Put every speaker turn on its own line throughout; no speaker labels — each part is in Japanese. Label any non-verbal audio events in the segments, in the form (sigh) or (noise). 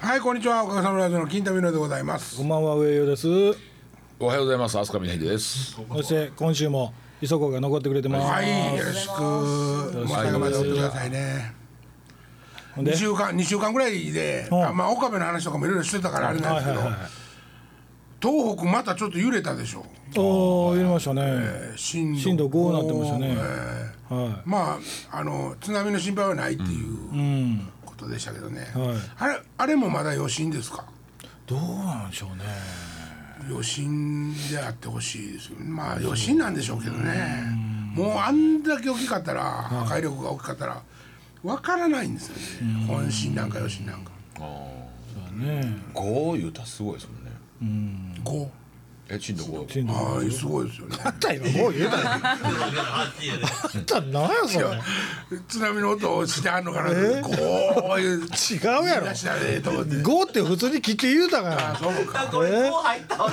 はい、こんにちは。岡さんのラジオの金田美濃でございます
こ。んばんは上与です。
おはようございます。飛鳥美奈です。
そして今週も磯子が残ってくれてます。
はい、よろしく。まあ最後までおってくださいね。
ほんで
二、週間、二週間ぐらいで、
うん
あまあ、岡部の話とかもいろいろしてたから、あれなん
は
で
い
す
は
けど。
いは
東北またちょっと揺れたでしょ
い。おお入れましたね。
震
震度5になってましたね
え
は
ーまあ、あの、津波の心配はないっていう
い。うん。
ことでしたけどね。
はい
あれ、あれもまだ余震ですか。
どうなんでしょうね。
余震であってほしいですよねまあ余震なんでしょうけどねもうあんだけ大きかったら破壊力が大きかったらわからないんですよね本震なんか余震なんか
そうだね。
五言うたらすごいですもんね。
5
え、震度五。
震度。
ああすごいですよね
あった今もう言えた。あったなんやそれ。
津波の音をしてあんのかなってこういう
違うやろ
出。したねと思って
五って普通に聞け言うたか
あ
ら。
そうか
これもう入ったわ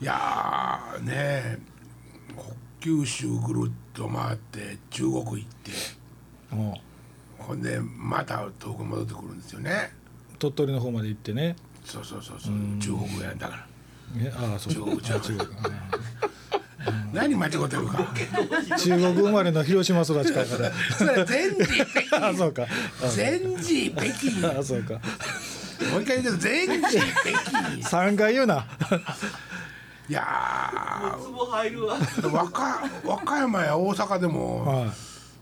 いやーねえ九州ぐるっと回って中国行って
うん
ほんでまた東北戻ってくるんですよね
鳥取の方まで行ってね。
そうそうそうそう中国やんだから
ねああそう
中国中国
中国ね
何間違ってるか
中国生まれの広島育ちからか
それ全治北
ら。あそう
京
か。
全治北京
あそうか。
もう一回言うと全治北京
三回言うな。
いや
つも入るわ
ー和歌和歌山や大阪でも
はい。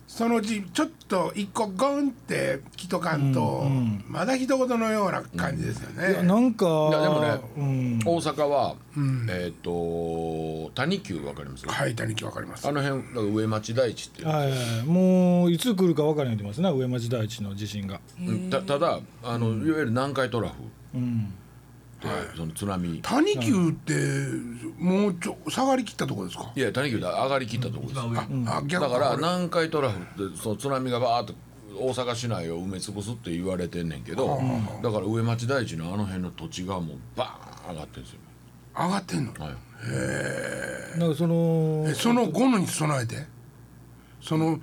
そのうちちょっと一個ゴンってきとかんとまだ一言のような感じですよ
いや
ね
なんか
いやでもね
うん、
大阪は、えっ、と、谷急わかります。
はい谷木わかります
あの辺、だから上町台地っていう。
はいはいはいもういつ来るか分からへんってますね上町台地の地震が、
うんたただ、あの、いわゆる南海トラフ
うん、
って、その津波。
谷久ってもうちょ下がりきったとこですか
いや、谷急で上がりきったところです。
ああ
だ
逆
から、
俺
南海トラフって、その津波がバーっと。大阪市内を埋め尽くすって言われてんねんけど、だから上町台地のあの辺の土地がもうバーン上がってるんですよ。
上がってんの
はい
なんかその
えその後のに備えてその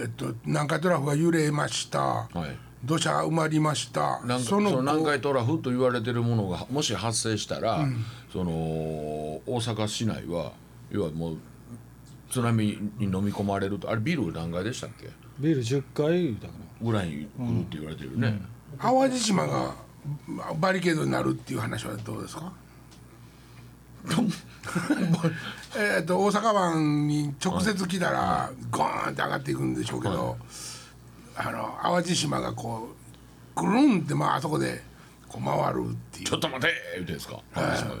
えっと南海トラフが揺れました、
はい
土砂埋まりました
南
そ
そ
の
の
後
南海トラフと言われてるものがもし発生したら、その大阪市内は要はもう津波に飲み込まれるとあれビル何階でしたっけ
ビル10回だから
ぐらいに来るって言われてるね、
淡路島がまバリケードになるっていう話はどうですか (laughs) えっと大阪湾に直接来たらゴーンって上がっていくんでしょうけど、あの淡路島がこうぐるんってまああそこでこう回るってい
ちょ
う
っと待て言うてですか話が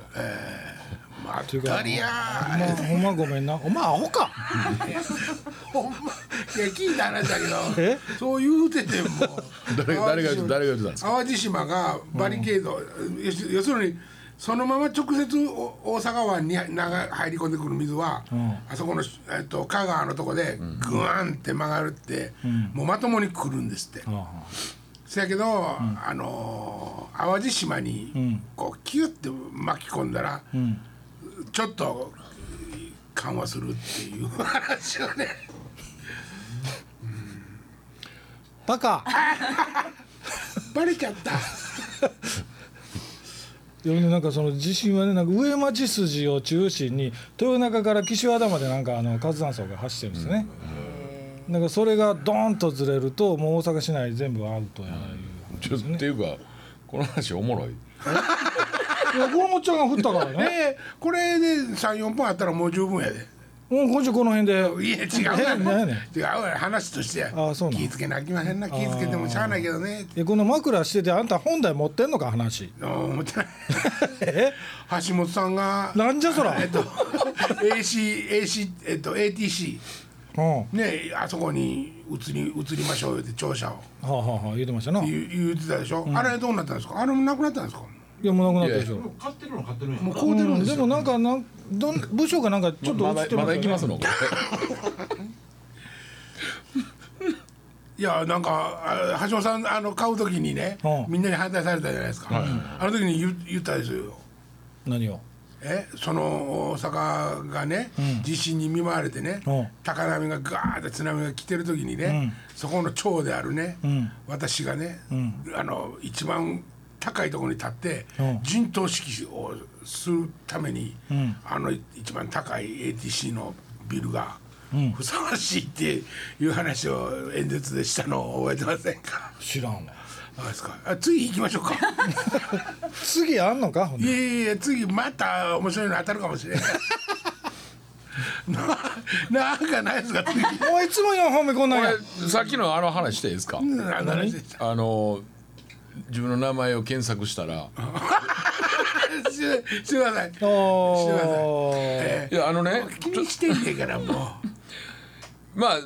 まったりやー
まあほんまごめんなお前アホか
ほんま、いや聞いた話だけど
え、
そう言うてても
誰が誰が言う誰が言ってたんですか
淡路島がバリケード、要す要するにそのまま直接お大阪湾に流入り込んでくる水は、あそこの、えっと、香川のとこでグワンって曲がるって、もうまともに来るんですって。
あ
せやけど、あのー淡路島にこうキュッて巻き込んだら、ちょっと緩和するっていう話をね。
バカ
バレちゃった。
いやなんかその地震はねなんか上町筋を中心に豊中から岸和田までなんかあの活断層が走ってるんですね、なんかそれがドーンとずれるともう大阪市内全部アウトやいう、
ちょっとっていうかこの話おもろい
いやこれもっちゃんが降ったからね
で、これで三四分あったらもう十分やで。
も (laughs) う今週この辺で
いや違
え
う
何
わ。
や
違
ねん
うわ話としてや。
あそうなん
気ぃつけなあきまへんな。気ぃつけてもしゃあないけどね。
えこの枕しててあんた本題持ってんのか話
あー思って
(laughs)
ない。
え
橋本さんが。
なんじゃそ
(laughs)
ら
えっと AC AC えっと ATC
うんは
ねあそこに移り移りましょうよって庁舎を
あ、はあはあ、言うてましたな
言
いう
言ってたでしょ。あれどうなったんですか。あれもなくなったんですか。
やもうなくなったでしょ
いや
買ってるの買ってるんや
もう凍ってるん
うん
です
で
よ。
もなんかなんどん部署がなんかちょっと
ま
映
だ
って
ま
ますよ
だ行
ね
きますのこれ
いやなんかあ橋本さんあの買うときにね、
うん
みんなに反対されたじゃないですか、あの時に言う言ったですよ
何を
えその大阪がね、地震に見舞われてね、
うん
高波がガーって津波が来てる時にね、そこの町であるね、
ん
私がね、
ん
あの一番高いところに立って、
うん
陣頭指揮をするために、
ん
あの一番高い ATC のビルが。
ん
ふさわしいっていう話を演説でしたのを覚えてませんか。
知らんわ
あですか。あ次行きましょうか。
次あんのかほん
い
で
やいやいや次また面白いの当たるかもしれ (laughs) ない。ななんかないですか次。
もういつも4本目こんなんや
これさっ (laughs) きのあの話していいですか
あの話でした
あの自分の名前を検索したら
ししてください。してください。
おー
え
いやあのね
ー気にしてんねんからも
まあ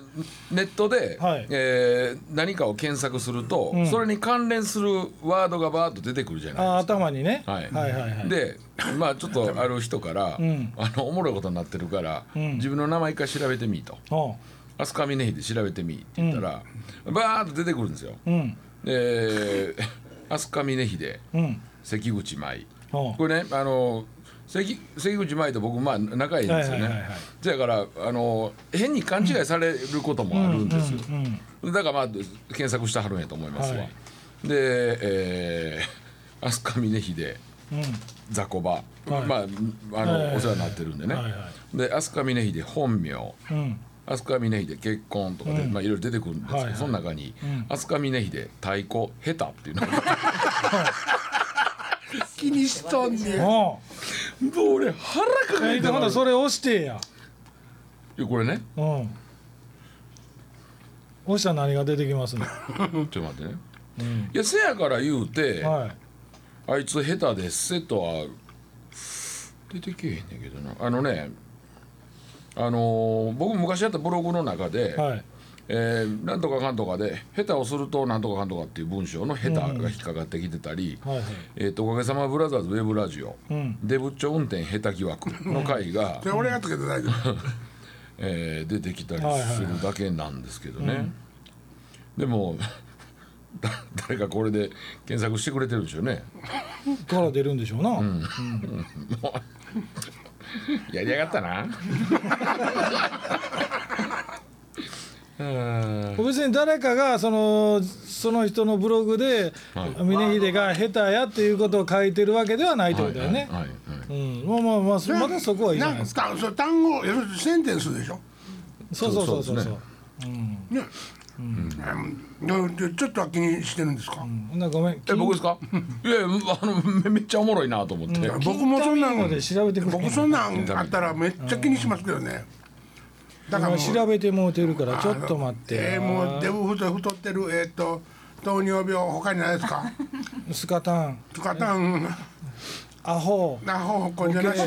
ネットで、
はい
えー何かを検索すると、それに関連するワードがバーッと出てくるじゃ
あ
ないですか。
頭にね、
はい
はいはいはい
でまあちょっとある人から、あのおもろいことになってるから、自分の名前一回調べてみと
お
「飛鳥峰秀」で調べてみって言ったら、バーッと出てくるんですよ。
ううん
で飛鳥峰秀
うん
関口舞
おう
これねあの関関口舞と僕まあ仲いいんですよ
はいはいはい
ね
はい
そやからあの変に勘違いされることもあるんですよ、
うん
だからまあ検索してはるんやと思いますわ、
はい
で、えー、飛鳥峰秀
うん
雑魚場、
はい
まああの、
はいはいはい
お世話になってるんでね、
はいは
で飛鳥峰秀本名
うん
飛鳥峰秀結婚とかで、まあいろいろ出てくるんですけど、
はいはい
その中に、飛鳥峰秀太鼓下手っていうのが
う気にしとんねん。
おう
(laughs) もう俺腹抱
え
え
ー
て
ほ
ま
な
う
それ押してや
いやこれね
うん押したら何が出てきますの、
ちょっと待ってね
うん
いやせやから言うて、
はい
あいつ下手でっせとは出てけえへんねんけどなあのねあのー僕昔やったブログの中で、
はい
えーなんとかかんとかで「下手をするとなんとかかんとか」っていう文章の「下手」が引っかかってきてたり「
はいはい
えーとおかげさまブラザーズウェブラジオ」
うん
デブっちょ運転下手疑惑」の回が
(laughs)
じ、ゃあ俺がつけて大丈夫。
えー出てきたりするだけなんですけどね、でも (laughs) だ誰かこれで検索してくれてるんでしょうね。
から出るんでしょうな、うん、
もうやりやがっ
(laughs)
たな。うん
別に誰かがそのその人のブログで
はい
峰秀が下手やっていうことを書いてるわけではないってことだよね、
はいはい
うん、まあまあまあそまだそこはいいじゃないですか。
なたそれ単語要するにセンテンスでしょ。
そうそうそうそう
そう
そ
で
ね。うんでちょっとは気にしてるんですか。
う。なごめん。
え僕ですか？いやあのめめっちゃおもろいなと思って。
いや僕もそんなん
金太郎で調べてくれ
僕そんなんあったらめっちゃ気にしますけどね。だからも
今
う
調べてもうてるからちょっと待って。
えー、もうデブ太太ってるえーっ、と糖尿病他にないです
(laughs)
か
スカタン、
とかたん
アホ、
なほこんじゃなし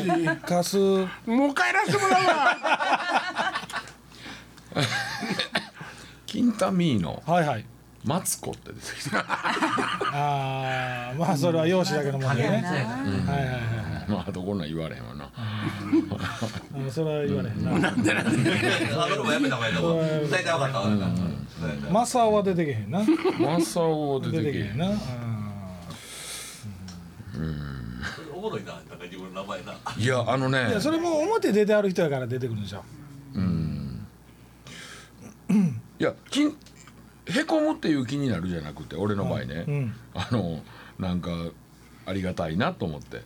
カス、
もう帰らせてもらうわ
キンタミーの
はいはい。
マツコってです
(laughs)
ね。
ああ、まあそれは容姿だけの問題ね。はいはいは
まあどこんなん言われへんわな。
いうん。それは言われへんな。
あの子もやめた方がいいと思う。大体わかったわかった。大体
マサオは出てけへんな。
マサオ出
出
て
て
け
け
え
へんな。うん
おもろいな、なんか自分の名前な。
いやあのね
いやそれも表出てある人やから出てくるんでしょ。
いやきんへこむっていう気になるじゃなくて俺の場合ね、
うん
あのなんかありがたいなと思って。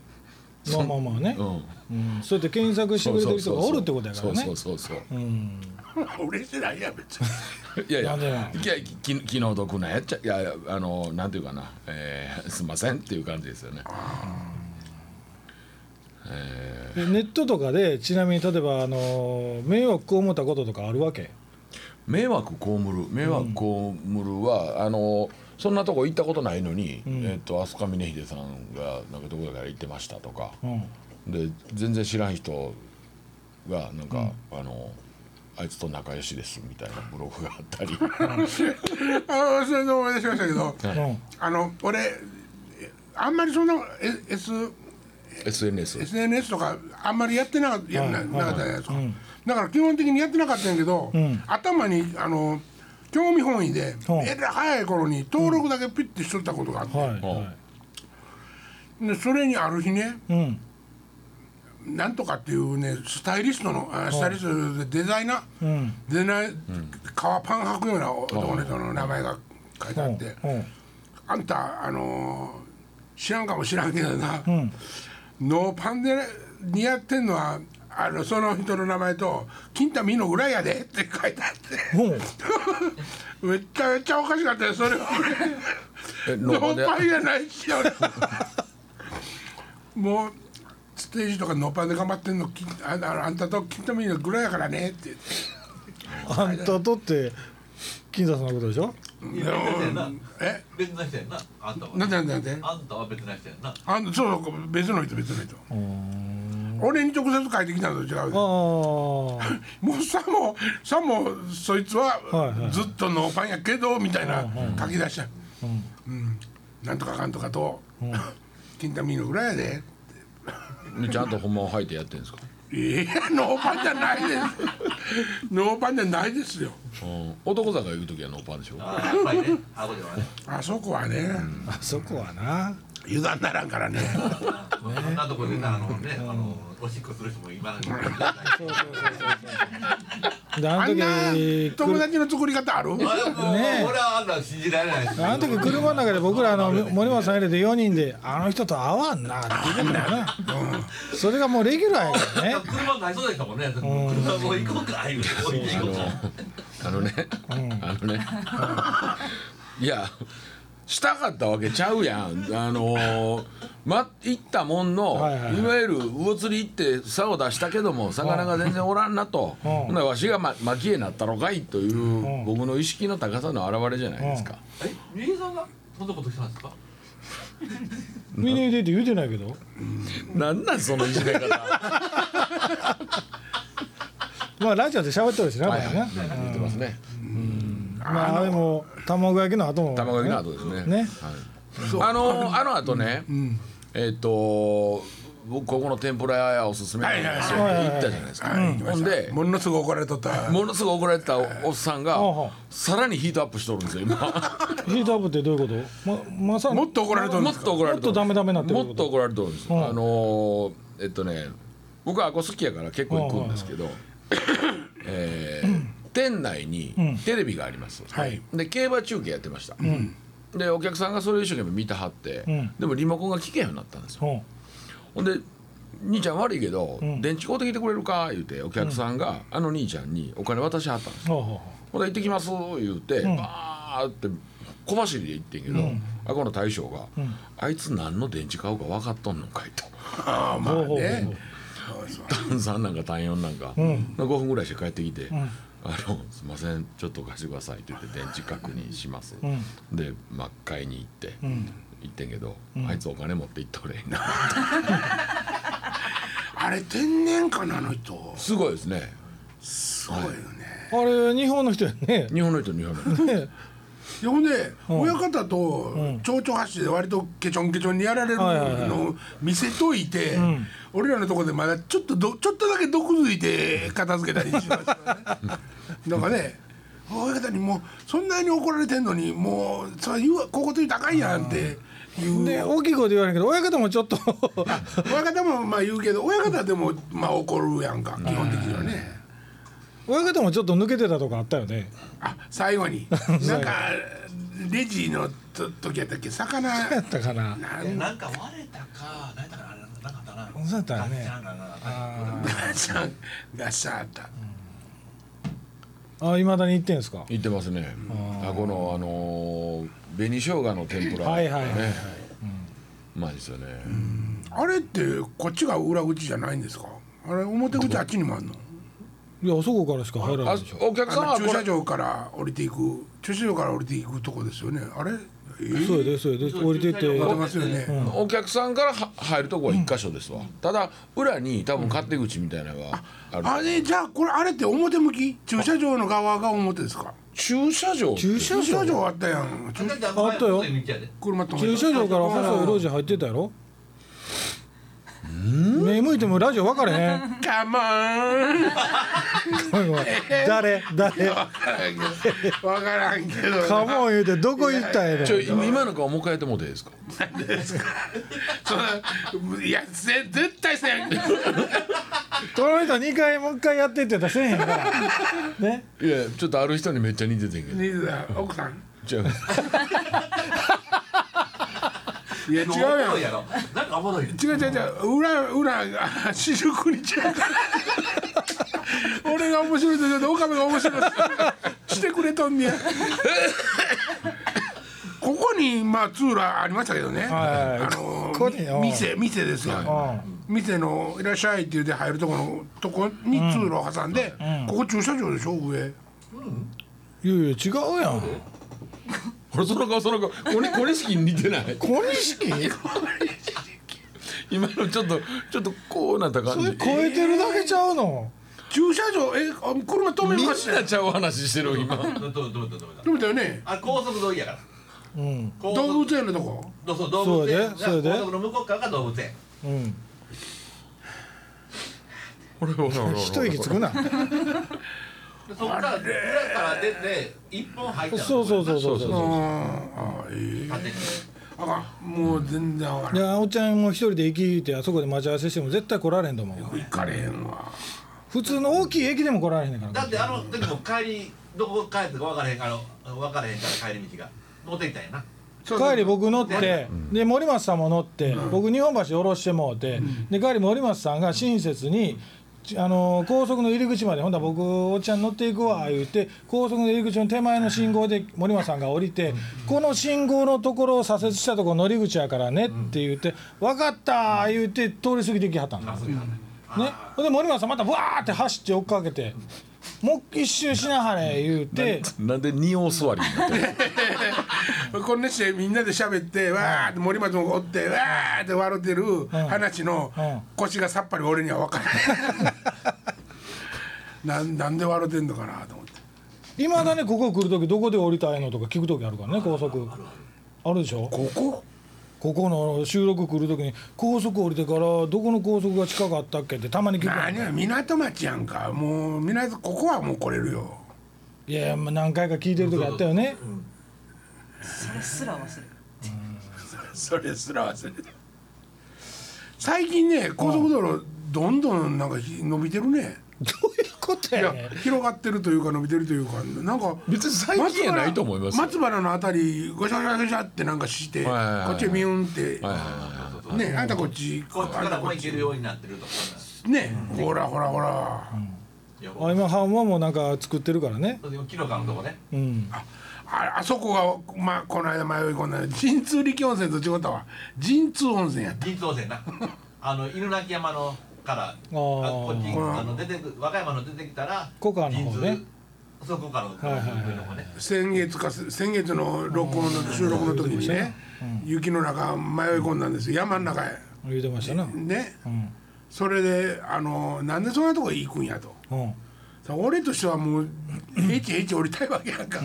まあまあまあね
う。ん。
うんそうやって検索してくれてる人がおるってことやからね
そう。そうそうそ
う
う。
ん。
(laughs) 嬉しないや
(laughs)
別に
いやいや、
なんでなん
いや、き、き気の毒なやっちゃ、いや、いやあの、なんていうかな、えー、 (laughs) すみませんっていう感じですよね。え
でネットとかでちなみに例えばあの迷惑を思ったこととかあるわけ
ー、迷惑被る、迷惑被るは、あの。そんなとこ行ったことないのに、えっと飛鳥峰秀さんがなんかどこだから行ってましたとか
うん
で全然知らん人がなんか、あのあいつと仲良しですみたいなブログがあったり
あーそれで思い出しましたけど
うん
あの俺えあんまりそんな、え S
SNS
SNS とかあんまりやってなかったやんな
はい
なかったじゃないですか、
ん
だから基本的にやってなかったんやけど、
ん
頭にあの興味本位で、
うん
えらい早い頃に登録だけピッてしとったことがあって、
はいは
でそれにある日ね
いうん
なんとかっていうねスタイリストのあスタイリストでデザイナー、デザイナー革パン履くような男の人の名前が書いてあって、
うんうん
あんたあのー知らんかもしらんけどな、ノーパンで似合ってんのはあのその人の名前と金太みの裏やでって書いてあって。
ほう
めっちゃめちゃおかしかったよそれは
え
俺
ノ
ノ
ーパンで
ーパンやないし俺もうステージとかノーパンで頑張ってんのきあああんたと金玉いいのぐらいやからねって
あんたとって金田さんのことでしょ
いやうんえ
別の人やんなあんたは
なんでなんでなんで
あんたは別の人やんな
あのそうそう別の人別の人俺に直接書いてきたのと違うよ
ああ
もうさもさもそいつは
はいはい
ずっとノーパンやけどみたいな書き出した、うんなんとかかんとかと、 (laughs) 金玉いいのぐらいやで
でちゃんとほんまを履いてやってんですか、
いやノーパンじゃないですノーパンじゃないですよ
うん、男坂行く時はノーパンでしょ
あーやっぱりねあごではね
あそこはね、
あそこはな
油断ならんからね
そんなとこでなあのねあのおしっこする人も今なんか
であ
あ
の
ん
時
な友達の作り方ある
あれもう俺はあんな信じられないし
あの時車の中で僕らあの森本さん入れて4人で「あの人と会わんな」って言ってたからなそれがもうレギュラーやからね
(laughs) 車ないそうでしたもんね車もう行こうか言うて置いて行こうか
あのね、あのね、いや、したかったわけちゃうやん。あのーま、行ったもんの、
はい
い
はいはい
わゆる魚釣り行って竿を出したけども魚が全然おらんなと、
うん
ほんならわしが、ま、巻き絵になったのかいという、
ん
僕の意識の高さの表れじゃないですか、
えみえさんがそんなことしたんですか
見に出て言うてないけど
なんなんそのいじれ方
まあラジオで喋っとるしなこ
は
れ
いはい
な
言ってますね
まああれも卵焼きの後も
卵焼きの後です
ね
ねはいあのーあの後ね、えっ、と僕ここの天ぷら屋おすすめなんですよ
はいはいはい
行ったじゃないですか、
はい行きました
ほんで
ものすごい怒られとった
ものすごい怒られてたおおっさんが
ほうほう
さらにヒートアップしとるんですよ今
ヒートアップってどういうことままさ
もっと怒られとるん
も
で
っ
すか
と怒られてる
もっとダメダメなってるって
も
こと
っと怒られてるんです
うん
あのーえっとね僕はアコ好きやから結構行くんですけどえー店内にテレビがあります、
はい
で競馬中継やってました、でお客さんがそれを一生懸命見てはって、
ん
でもリモコンが聞けへんようになったんですよ
ほ
ほんで「兄ちゃん悪いけど、電池買うてきてくれるか?」言うてお客さんが、あの兄ちゃんにお金渡しはったんです
うほうほう
ほんで行ってきます言うて、バーって小走りで行ってんけど、あこの大将が、あいつ何の電池買うか分かっとんのかい」と
ああまあ
ほうほうほう
ね
単三なんか単四なんか、5分ぐらいして帰ってきて「あのすいませんちょっと貸してください」って言って電池確認します、で真っ買いに行って、行ってんけど、あいつお金持って行っとれへんな
あれ天然かなあの人
すごいですね
すごいよね
あれ日本の人やね
日本の人日本の人
ね
いやほんで親方と蝶々橋で割とケチョンケチョンにやられる
はいはい
のを見せといて俺らのとこでまだちょっとどちょっとだけ毒づいて片付けたりしましたから
(laughs)
ねなんかね親方にもうそんなに怒られてんのにもうそれ言うわここと言うたらあかんやんって言う
で大きい声で言われるけど親方もちょっと (laughs)
親方もまあ言うけど親方でもまあ怒るやんか基本的にはね
親方もちょっと抜けてたとこあったよね
あ最後
(laughs)
になんかレジのと時やったっけ魚
(laughs) やったかな
なん
なんか割れたか何だかあれなんかあったな
そうやったらね
ガッチャンが
ガシ
あ
ャンガシャンあった
あいまだに言ってんですか
行ってますね。あこのあのー紅生姜の天ぷら、ね。
はいはいはいはい
うんうまいですよね。
あれってこっちが裏口じゃないんですかあれ表口あっちにもあんの
いやあそこからしか入らな
あ
いでしょ
お客さん
あ
は
の
こ
駐車
れ
場から降りていく駐車場から降りていくとこですよねあれえー
そうやでそうやで降りてって
そう
降り
そう
ますよね、
お客さんからは入るとこは一箇所ですわ。ただ裏に多分勝手口みたいなのがある。
あれじゃあこれあれって表向き駐車場の側が表ですか
駐車場って。
駐車
駐車
場
場あったやん駐
だってあ
あったよ
前の道やで
車止め
駐
た
車場から細い路地入ってたやろね目向いてもラジオ分かれへん
カモーン
ごめんごめん誰誰
わからんけどわからんけど
カモン言うてどこ行ったんやねん
ちょ今今の顔もう一回やってもうていいですか
そんないやぜ絶対せん
この人2回もう1回やってって言ったらせえへんからね
いやちょっとある人にめっちゃ似ててんけど
水田奥さん
じ (laughs) ゃあ
いや違う
おも
や
ろ
ん
いやろなんかおもろいよ
違う違う違う裏裏が四十九日やから (laughs) 俺が面白いとじゃなくて岡部が面白いとしてくれとんねやここにまあツーラーありましたけどね、
はい
あの
ここにうん
店店ですよ、店の「いらっしゃい」って言うて入るとこのとこに通路を挟んで、ここ駐車場でしょ上
いやいや違うやん
俺その顔その顔小に小錦に似てない
小錦
今のちょっとちょっとこうなった感
そ
じ
れ超えてるだけちゃうの
駐車場えあ車止
み
め
ん
ました
なちゃう話してる今
どうどうどうどうどう
止めたよね
あ高速通りやから
うん
高
動
速
物園のとこ
どうそう動物園
そうやでそうやで
高速の向こう側が動物園
うん
俺俺俺俺
一息つくな
でそこから裏から出て一本入ったの
そうそうそうそう
そう
う
そ
ん
う
あええ
縦に
あかんもう全然わからん
いやおっちゃんも一人で行きてあそこで待ち合わせしても絶対来られへんと思う
行かれへんわ
普通の大きい駅でも来られへんねんから
だってあの時も帰りどこ帰ってか分からへんから分からへんから帰り道が持ってきたんやな
帰り僕乗ってで森松さんも乗って僕日本橋下ろしてもうてで帰り森松さんが親切にちあのー高速の入り口までほんだら僕おっちゃん乗っていくわ言うて高速の入り口の手前の信号で森松さんが降りてこの信号のところを左折したとこ乗り口やからねって言って分かった言うて通り過ぎてきはったんだ
あそうや
ね、ほんで森松さんまたブワーって走って追っかけて「もう一周しなはれ」言うて
なんで二王座りになってる
こんなしてみんなで喋ってわーって森松もおってわーって笑ってる話の
うん
腰がさっぱり俺には分からないなん (laughs) なんで笑ってんのかなと思って
いまだねここ来る時どこで降りたいのとか聞く時あるからね高速あるでしょ
ここ
ここの収録来る時に高速降りてからどこの高速が近かったっけってたまに聞くから
何や港町やんかもう港ここはもう来れるよ
いやいやまあ何回か聞いてる時あったよね
それすら忘れる
それすら忘れて最近ね高速道路どんどんなんかひ伸びてるね
どういうこと
い
や
や
ねん
広がってるというか伸びてるというかなんか
別に最近やないと思いますよ
松原のあたりごしゃごしゃごしゃってなんかして、
はいはいはい
こっちへビュンって、
はいはいは
ねあんたこっち
こっちか
あん
ら
た
も
こ
う
っ
行
ち
けるようになってるとか
ね、ほらほらほら、
いや
あ今半はもうなんか作ってるからね
でもキロカのとこね
うん
ああそこが、まあ、この間迷い込んだ神通力温泉と違ったわ神通温泉やった
銀東線な (laughs) あの犬鳴山のからあこっち
うん
あの出てく和歌山の出てきたら
古川の方ね
銀通そう古川の
はいはいはい
上の方ね
先月か先月の録音の収録の時にね、雪の中迷い込んだんですよ山の中へ
言うてましたなうん
ね
うん
それであのなんでそんなとこ行くんやと。さ俺としては (clears throat) もうヘチヘチ降りたいわけやんか、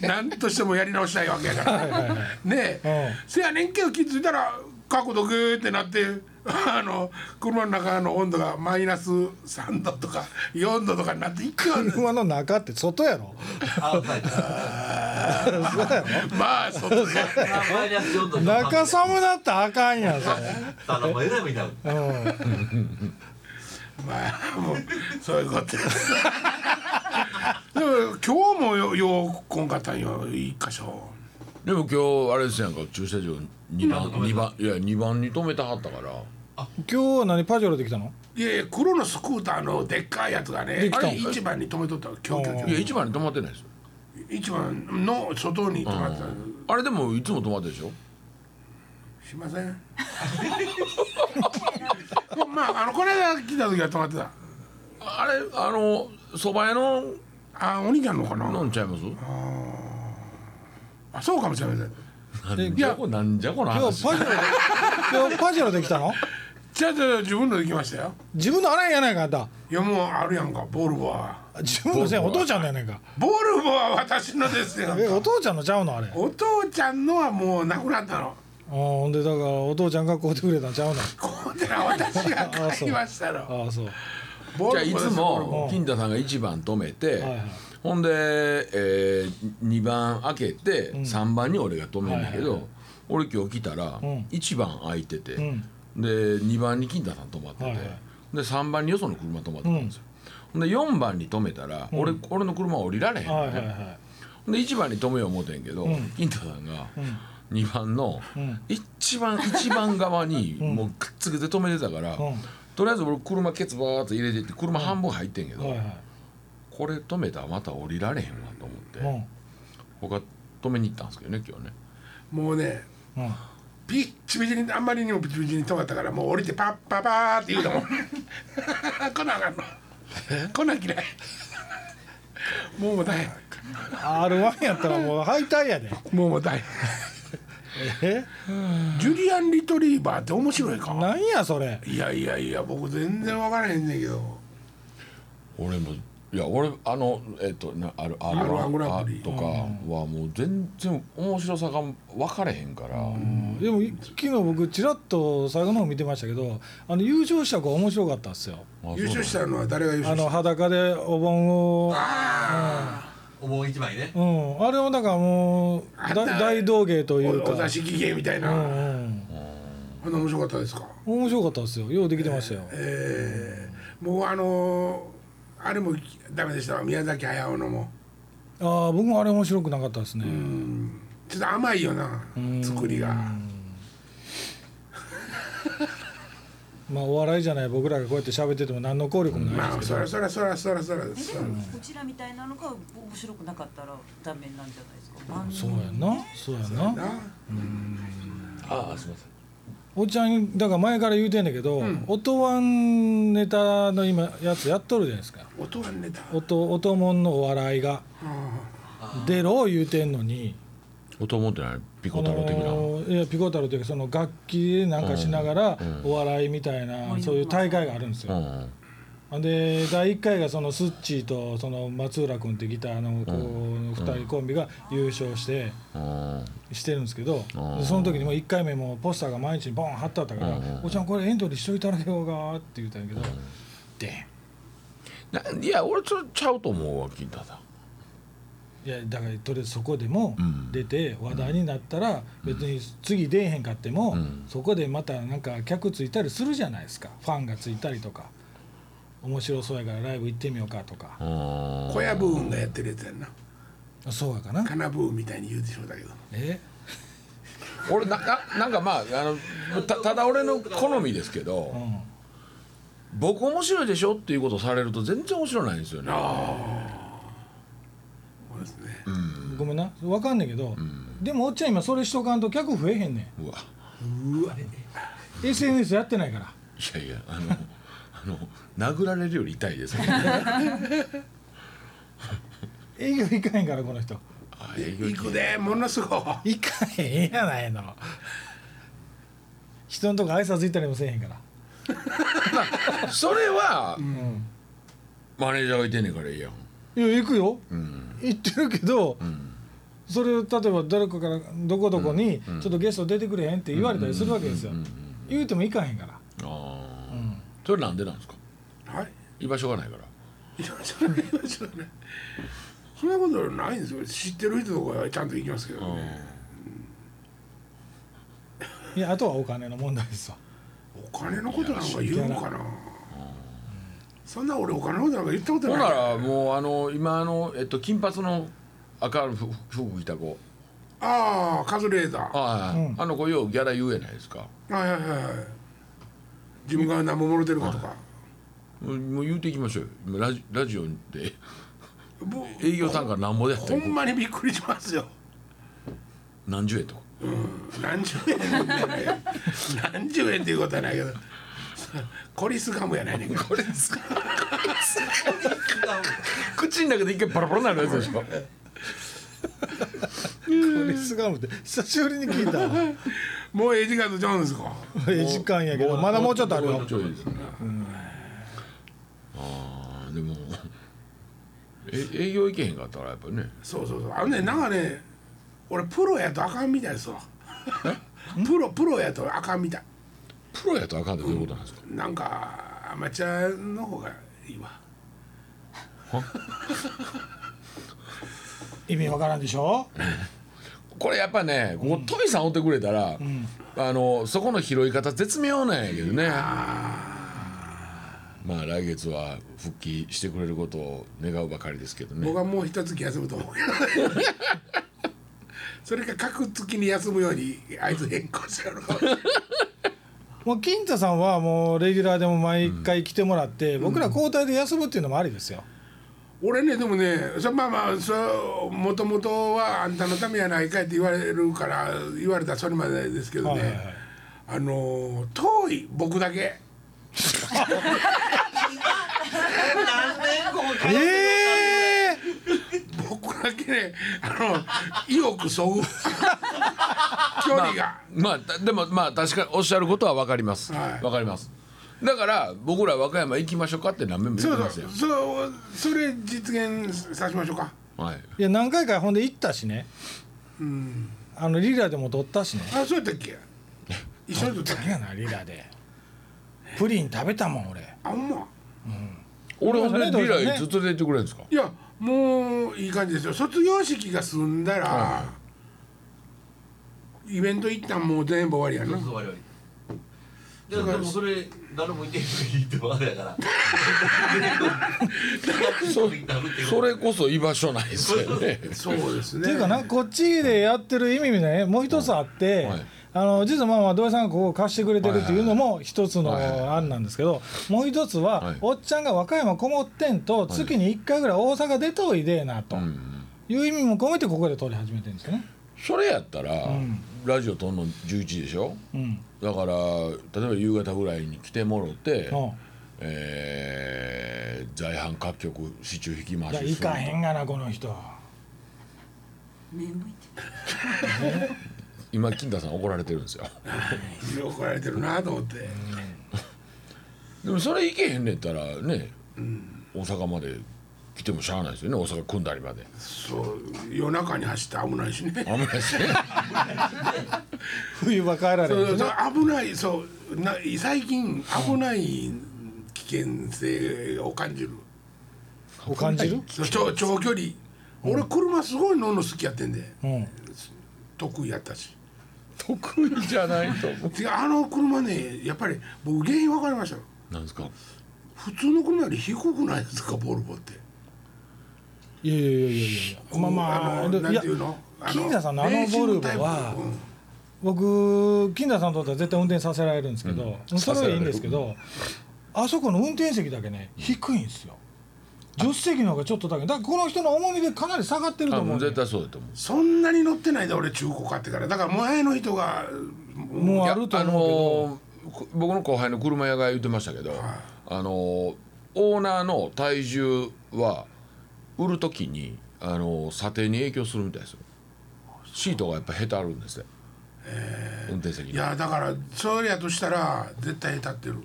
なんとしてもやり直したいわけやからねえ、せやねんけど気づいたら角度グーってなって (laughs) あの車の中の温度がマイナス3度とか4度とかになっていくよね
車の中って外やろ
アウトサイド
(laughs) まあそう (laughs) ね
あマイナス4度
中寒なったらあかんやんそれ
あのもうえらいみたいな
うん
まあもうそういうことですでも今日もよようこんかったんよ一箇所
いでも今日あれですやんか駐車場二番二番いや二番に止めてはったから
今日は何パジョロできたの
いやいや黒のスクーターのでっかいやつがね
でき
あ
たん
れ一番に止めとったわ今日今日今
い
日
や一番に止まってないですよ
一番の外に泊まってた
あれでもいつも止まってるでしょ
しません (laughs) まああのこの間来た時は泊まってた
あれあの蕎麦屋の
あお兄ちゃんのかな
飲んちゃいます
あそうかもしれません
なんじゃこなんじゃこの
今日
話
パジェロで今日パジェロできたの
じゃあじゃあ自分のできましたよ
自分の洗いやないかあんた
いやもうあるやんかボルボは
自分のせいお父ちゃんのやないか
ボルボは私のですよ
えお父ちゃんのちゃうのあれ
お父ちゃんのはもうなくなったの
あほんでだからお父ちゃんが買うてくれたんちゃうの
こんな私が買いましたの
ああそう
ボ
じゃあ
ル
い
ボです
つ
う
も
ん
金田さんが1番止めて、
はいはい
ほんで、え2番開けて3番に俺が止めるんだけど、俺今日来たら
ん
1番開いてて、
ん
で2番に金田さん止まってて、
はいはい
で3番によその車止まってたんですよ。ほんで4番に止めたら俺,、俺の車は降りられへんの
は
ね、
いはいは
ほんで1番に止めよう思てんけど、金太さんが2番の
ん
一番一番側に
(laughs)
もうくっつけて止めてたから、
うん
とりあえず俺車ケツバーッと入れてって車半分入ってんけど、
いはい
これ止めたらまた降りられへんわと思って、
はい
他止めに行ったんですけどね今日ね
もうね
うんうん
ピッチピチにあんまりにもピッチピチに止まったからもう降りてパッパパーって言うたもん (laughs) 来なあかんの来な嫌い (laughs) もうもう大変
R1 やったらもう敗退やで
もうもう大変
え
ジュリアン・リトリーバーって面白いか
なんやそれ
いやいやいや僕全然分からへんねんけど
俺もいや俺あのえっとなあるある
R1 グランプリ
とかはもう全然面白さが分かれへんから、
でも昨日僕ちらっと最後の方見てましたけどあの優勝した子は面白かったんですよ
あ
優勝
そ
したのは誰が優
あ
勝し
の
た
裸でお盆を
あ
お盆一枚ね
うんあれもだからもう
あん
だ
な
大道芸と
あ
いう
おお
か
座敷芸みたいな、
うんうん
あんな面白かったですか
面白かったですよようできてましたよ
えー、もうあのーあれもダメでしたわ宮崎駿のも
ああ僕もあれ面白くなかったですね
うんちょっと甘いよな作りが
まあお笑いじゃない僕らがこうやって喋ってても何の効力もない
ま
で
あ
すけ
そ
ど
らそらそらそらそら
え
そ
で
ら
もうちらみたいなのが面白くなかったらダメなんじゃないですか番
そう
組
やなそうやな
な
ああすいません
おっちゃんだから前から言うてんだけど、音ワンネタの今やつやっとるじゃないですか
音はネタ
音音もんのお笑いが出ろ言うてんのに
音思ってないピコ太郎的な、
あのーいやピコ太郎というかその楽器でなんかしながらお笑いみたいな、そういう大会があるんですよ、
うん
で第1回がそのスッチーとその松浦君ってギターのこう2人コンビが優勝して
うん
してるんですけど
うん
でその時にもう1回目もポスターが毎日ボン貼ってあったから
う
「
ん
おっちゃんこれエントリーしといただけようか」って言ったんやけど「で
ないや俺それちゃうと思うわ金太さん
いやだからとりあえずそこでも
うん
出て話題になったら別に次出えへんかっても
うん
そこでまたなんか客ついたりするじゃないですかファンがついたりとか面白そうやからライブ行ってみようかとか
うん
小屋ブーンがやってるやつやんな
そうやかな
カナブーンみたいに言うてしまったけど
え
俺なななんかまああのたただ俺の好みですけど、
うん
僕面白いでしょっていうことされると全然面白ないんですよね
そうですね
ごめんな分かんねんけど、でもおっちゃん今それしとかんと客増えへんね
うわ
ん SNS やってないから
いやいやあの (laughs) あの殴られるより痛いですね (laughs)
営業行かへんからこの人
あ営業
行くでものすごい
行かへんやないの人のとこ挨拶行ったりもせえへんから
それは、
ん
マネージャーがいてんねんからいいやん、
いや行くよ
うん
行ってるけど、
ん
それを例えば誰かからどこどこにちょっとゲスト出てくれへんって言われたりするわけですよ、
うんうん
言うても行かへんから
ああ、
ん
それなんでなんですか
はい
居場所がないから
いやそれはそれそんなことないんですよ知ってる人とかはちゃんと行きますけどね
いやあとはお金の問題ですわ
お金のことなんか言うのかなそんな俺お金のことなんか言ったこと
ほ
ない
んならもうあの今あの、えっと、金髪の赤い服服着た子
ああカズレーザー
あ,、
うん
あの子ようギャラ言うやないですか
はいはいはいはい自分が何ももろてるかとか
もうもう言うていきましょうよ今ラジラジオで
ぼ
営業単価なんぼでやった
ほ
ら
んまにびっくりしますよ
何十円とか
何十円ってことや何十円っていうことはないけどコリスガムやないねんから
これですか口の中で一回バラバラになるやつでしょ
これスガムって久しぶりに聞いた (laughs) わ
もうええ時間とちゃうんですか
ええ時間やけどまだもうちょっとあるよ
もうちょいですねああでもえ営業行けへんかったらやっぱね
そうそうそうあのねなんかね俺プロやとあかんみたいですわプロプロやとあかんみたい
プロやとあかんってどういうことなんですか、
なんかアマチュアの方がいいわ
意味わからんでしょ
これやっぱねここトミさんおってくれたら、あのそこの拾い方絶妙なんやけどね、まあ来月は復帰してくれることを願うばかりですけどね
僕はもう一月休むと (laughs) 思うけどそれか各月に休むようにあいつ変更しちゃうのかもしれない
もう金太さんはもうレギュラーでも毎回来てもらって、僕ら交代で休むっていうのもありですよ、
(laughs) 俺ねでもねそまあまあそもともとはあんたのためやないかいって言われるから言われたらそれまでですけどね、
はいはいはい
あのー遠い僕だけ
何年ここ通ってんの
ええ
僕だけねあの意欲そ (laughs) ぐ距離が、
まあたでもまあ確かにおっしゃることは分かります、
はい
分かりますだから僕ら和歌山行きましょうかって何遍も言
そ
っ
う
てます
そうそ
よ
うそれ実現させましょうか
はい
いや何回かほんで行ったしね
うん
あのリラでも取ったしね
あそうやったっ (laughs) け一緒に撮ったっ
何
け
やなリラでプリン食べたもん俺
あほんま
俺ほんで
そう
未
ですね
来いつ連れてってくれるんですか
いやもういい感じですよ卒業式が済んだら、イベント一旦もう全部終わりやな
そう我々ででもそれ誰もいてへんいいってわかるや
(laughs)
から
そそれこそ居場所ないですよね
そうですね。
っていうかなこっちでやってる意味ねもう一つあって、
はい
あの実はまあまあ土井さんがここを貸してくれてるっていうのも一つの案なんですけど、もう一つは、
はい
おっちゃんが和歌山こもってんと月に1回ぐらい大阪出ておいでえなと
うん
いう意味も込めてここで撮り始めてるんですよね。
それやったら、
ん
ラジオ撮んの11時でしょ
うん
だから例えば夕方ぐらいに来てもろて、
うん
えー在阪各局市中引き回
いや
し
行
する
かへんがなこの人
眠いって
今金田さん怒られてるんですよ (laughs)
怒られてるなと思って。
でもそれ行けへんねんったらね、大阪まで来てもしゃあないですよね大阪組んだり
(laughs)
まで
そう夜中に走って危ないしね。
あんまりしね
冬場帰られ
そうそ
るし
う
ね
危ないそうな最近危ない危険性を感じる。
を感じる、
そう長長距離。俺車すごい乗るの好きやってんで
うん、
得意やったし。
得意じゃないと思う
違うあの車ねやっぱり僕原因分かりましたよ。
なんですか
普通の車より低くないですかボルボって。
いやいやいやいやいやまあまあ
の
で
なんていうの。あ
金田さんのあの
レ
ボルボは
ーシングタイプうん
僕金田さんとだったら絶対運転させられるんですけど、それはいいんですけどあそこの運転席だけね低いんですよ助手席の方がちょっとだけだからこの人の重みでかなり下がってると
あ
思
も
う
うん
だよ
絶対そうだと思う
そんなに乗ってないで俺中古買ってからだから前の人が
もう
い
あ
や
ると思う
あのーこ僕の後輩の車屋が言ってましたけど、あのーオーナーの体重は売る時にあのー査定に影響するみたいですよシートがやっぱ下手あるんですって運転席
い
に
やだからそれやとしたら絶対へたってる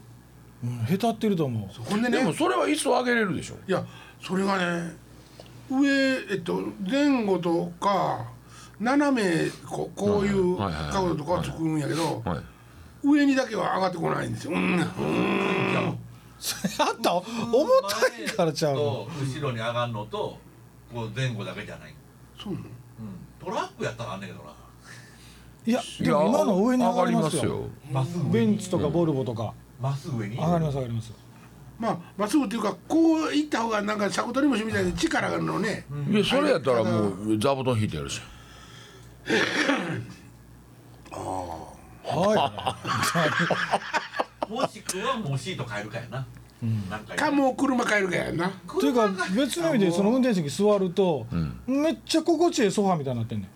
けど、うん、下手ってると (laughs) 思う
ほんで
で
ね
もそれは椅子を上げれるでしょ
いやそれがね上えっと前後とか斜めこうこういう
はいはいはいはい
角度とかはつくんやけど、
はい
上にだけは上がってこないんですよ、うん、
あった重たいからちゃうの
と後ろに上がるのとこう前後だけじゃない、
そうなの
うん、トラックやったらあんねんけどない
やでも今の上に上がりますよ
まっすぐ
ベ
上
ン
に
ツとかボルボとか
まっすぐ上に
上がります上がります
まあまっすぐっていうかこう行った方がなんかシャコ取り虫みたいに力があるのね、
いやそれやったらもう座布団引いてやるし
(laughs)
もしくはもうシート変えるかやな、なんか
かもう車変えるかやな
というか別の意味でその運
転
転席座ると、めっちゃ心地いいソファーみたいになってんね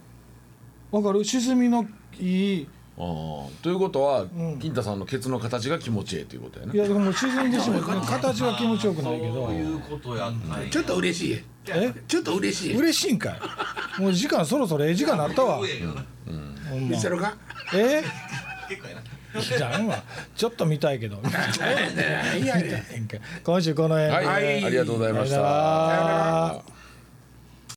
んわかる沈みのいい
あーということは、金太さんのケツの形が気持ちいいということやね
いやでも沈んでし (laughs) まうね形は気持ちよくないけど
そういうことやったんや
ちょっと嬉しい
え
ちょっと嬉しい
嬉しいんかいもう時間そろそろええ時間になったわ
上やよな
ほんま
見せろか
え
結構やな
じゃあ今ちょっと見たいけど見たいんか今週この辺で
はい、
はい
ありがとうございました
さよなら